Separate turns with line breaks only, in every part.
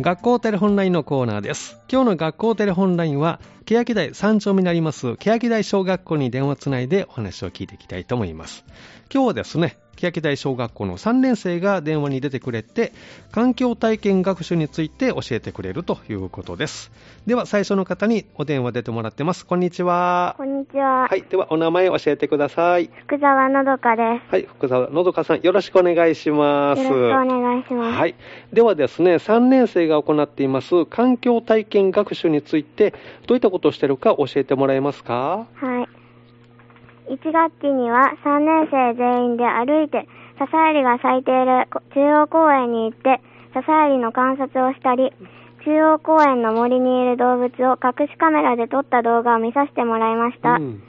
学校テレホンラインのコーナーです今日の学校テレホンラインは欅台山頂になります欅台小学校に電話つないでお話を聞いていきたいと思います今日はですね欅台小学校の3年生が電話に出てくれて環境体験学習について教えてくれるということですでは最初の方にお電話出てもらってますこんにちは
こんにちは。
はいではお名前教えてください
福沢のどかで。
はい福沢のどかさんよろしくお願いしますす
よろしくお願いします。
はい、ではですね、3年生が行っています環境体験学習について、どういったことをしているか教えてもらえますか
はい。1学期には3年生全員で歩いて、笹サりが咲いているこ中央公園に行って、笹サりの観察をしたり、中央公園の森にいる動物を隠しカメラで撮った動画を見させてもらいました。
うん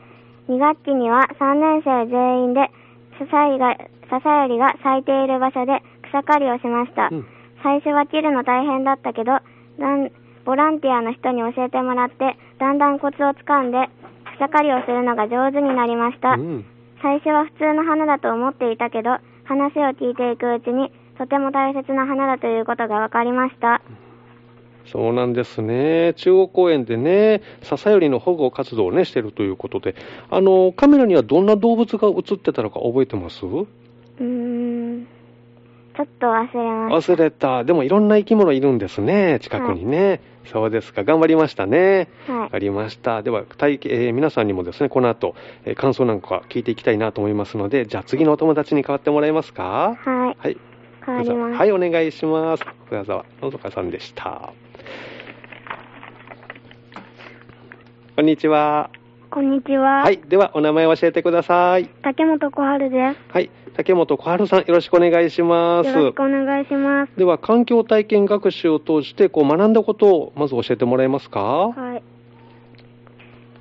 2学期には3年生全員で笹サが、笹よりが咲いている場所で草刈りをしました。
うん
最初は切るの大変だったけどだんボランティアの人に教えてもらってだんだんコツをつかんで草刈りをするのが上手になりました、
うん
最初は普通の花だと思っていたけど話を聞いていくうちにとても大切な花だということが分かりました
そうなんですね、中央公園でね、笹よりの保護活動を、ね、しているということであの、カメラにはどんな動物が映ってたのか覚えてます
うーんちょっと忘れまし
忘れた、でもいろんな生き物いるんですね、近くにね、そうですか、頑張りましたね。
たはい
ありました。では、体験えー皆さんにもですね、この後、えー感想なんか聞いていきたいなと思いますので、じゃあ次のお友達に代わってもらえますか
はい
はい。
変わります、
はい、お願いします。福沢のぞかさんでした。こんにちは。
こんにちは、
はい。では、お名前を教えてください。
竹本小春で
はい。竹本小春さん、よろしくお願いしますす。
よろしくお願いします
では、環境体験学習を通して、こう、学んだことを、まず教えてもらえますか
はい。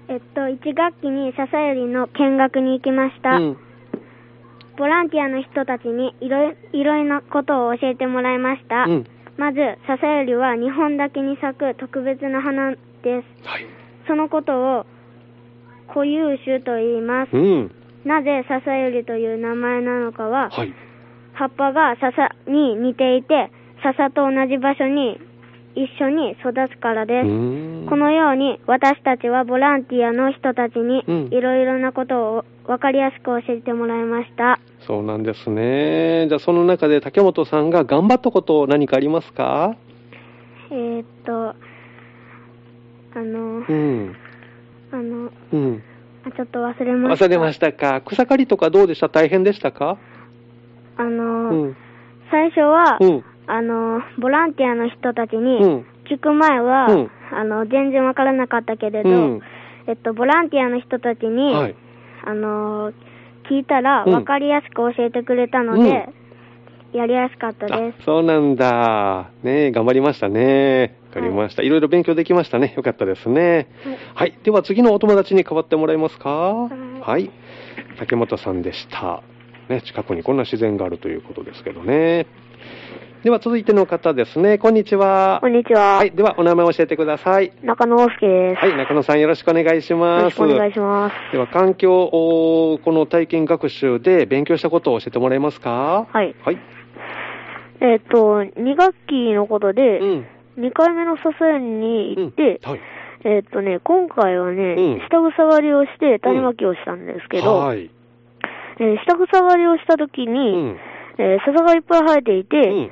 えっと、1学期に笹よりの見学に行きました。
うん。
ボランティアの人たちにいろいいろいろなことを教えてもらいました。
うん。
まず、笹よりは日本だけに咲く特別な花です。
はい。
そのことを固有種と言います。
うん。
なぜ笹よりという名前なのかは、
はい。
葉っぱが笹に似ていて、笹と同じ場所に一緒に育つからです。こ
こ
のように私たちはボランティアの人たちに
うん
いろいろなことを分かりやすく教えてもらいました。
そうなんですね。じゃあその中で竹本さんが頑張ったこと何かありますか
えーっと、あの、
うん。
あの、
うん。
あちょっと忘れました。
忘れましたか。草刈りとかどうでした大変でしたか
あ
う
の、
ん。
最初は、
うん。
あの、ボランティアの人たち
う
に、
ん。
聞く前は、
うん
あの、全然わからなかったけれど、
うん
えっと、ボランティアの人たちに、
はい。
あの、聞いたら
うん
分かりやすく教えてくれたので、やりやすかったです。
あそうなんだ。ねえ頑張りましたね。わかりました。いろいろ勉強できましたね。よかったですね。はい。では次のお友達に代わってもらえますか
い
はい。竹本さんでした。ね、近くにこんな自然があるということですけどね。では続いての方ですね。こんにちは。
こんにちは。
はい。ではお名前を教えてください。
中野大輔です。
はい。中野さんよろしくお願いし
よろ
ま
し
す。
くお願いします。
では環境をこの体験学習で勉強したことを教えてもらえますか
はい。
はい。
えっ、と、2学期のことで、
うん。
2回目の笹園に行って、
うんはい。
えっ、とね、今回はね、
うん
下草刈りをして種まきをしたんですけど、
はい。
えー下草刈りをした時に、
うん。
えー笹がいっぱい生えていて、
うん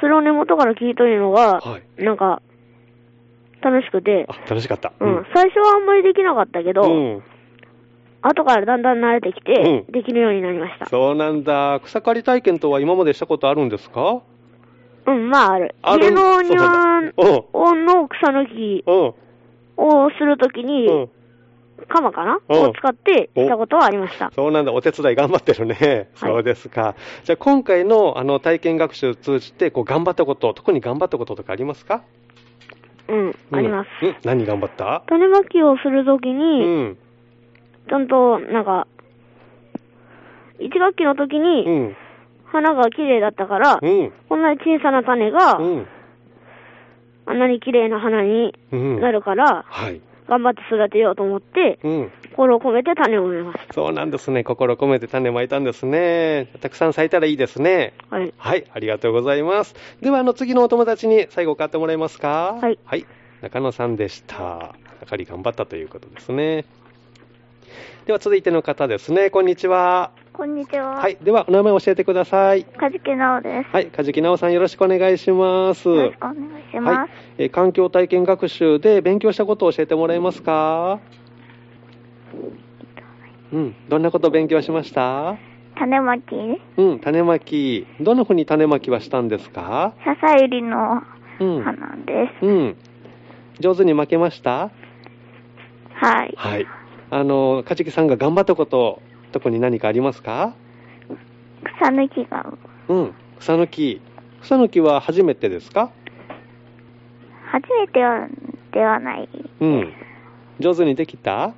それを根元から切り取るのが、
はい
なんか、楽しくて、
あ、楽しかった。
うん、最初はあんまりできなかったけど、
うん。
後からだんだん慣れてきて、
うん
できるようになりました。
そうなんだ。草刈り体験とは今までしたことあるんですか
うん、まあある。
ある
家の庭
そう
の草抜き
うん。
をするときに、
うん。
鎌かな
うん
を使ってしたことはありました。
そうなんだ。お手伝い頑張ってるね。
はい
そうですか。じゃあ今回のあの体験学習を通じて、こう頑張ったこと、特に頑張ったこととかありますか
うん、あります。
うん。うん何頑張った
種まきをするとき
う
に、
ん。
ちゃんと、なんか、一学期のとき
う
に、
ん。
花が綺麗だったから、
うん。
こんなに小さな種が、
うん。
あんなに綺麗な花に
うん。
なるから、
はい。
頑張って育てようと思って、
うん。
心を込めて種を植えまし
そうなんですね。心込めて種まいたんですね。たくさん咲いたらいいですね。
た。はい。
はい、ありがとうございます。では、あの、次のお友達に最後買ってもらえますか
はい
中野さんでした。やはり頑張ったということですね。では、続いての方ですね。こんにちは。
こんにちは。
はい、では、お名前教えてください。
かじきなおです。
はい、梶木奈緒さんよろしくお願いします。
よろしくお願いしま
はいえー環境体験学習で勉強したことを教えてもらえますかうん、どんなことを勉強しました
す。種まき、
うん、種まき。どんな風に種まきはしたんですか
笹入りの
うん。
花です。
うん。上手に巻けました
はい。
はい。あの、かじきさんが頑張ったこと、特に何かありますか
草抜きが、
うん。草抜き。草抜きは初めてですか
初めてはではない。
うん。上手にできた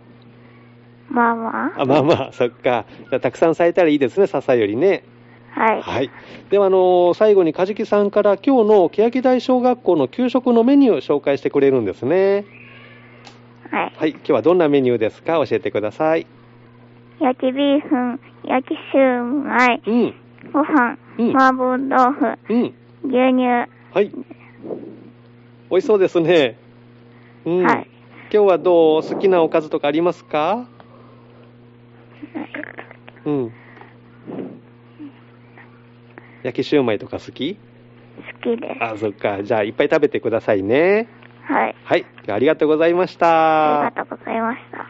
まあまあ。
あ、まあまあ、そっか。じゃあたくさん咲いたらいいですね、笹よりね。
はい。
では、あのー最後に梶木さんから今日の欅台小学校の給食のメニューを紹介してくれるんですね。
はい。
はい。今日はどんなメニューですか教えてください。
焼きビーフン、焼きシューマイ、
うん。
ご飯、
うん
麻婆豆腐、
うん。
牛乳、
はい。美味しそうですね。うん。
はい
今日はどう好きなおかずとかありますかうん。焼きシューマイとか好き
好きです。
あ、そっか。じゃあ、いっぱい食べてくださいね。
はい。
はい。今日はありがとうございました。
ありがとうございました。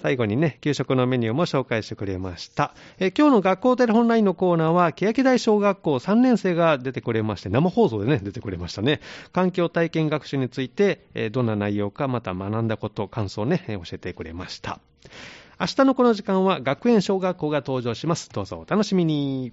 最後にね、給食のメニューも紹介してくれました。え今日の学校テレホンラインのコーナーは、欅台小学校3年生が出てくれまして、生放送でね、出てくれましたね。環境体験学習について、えーどんな内容か、また学んだこと、感想をね、えー教えてくれました。明日のこの時間は、学園小学校が登場します。どうぞお楽しみに。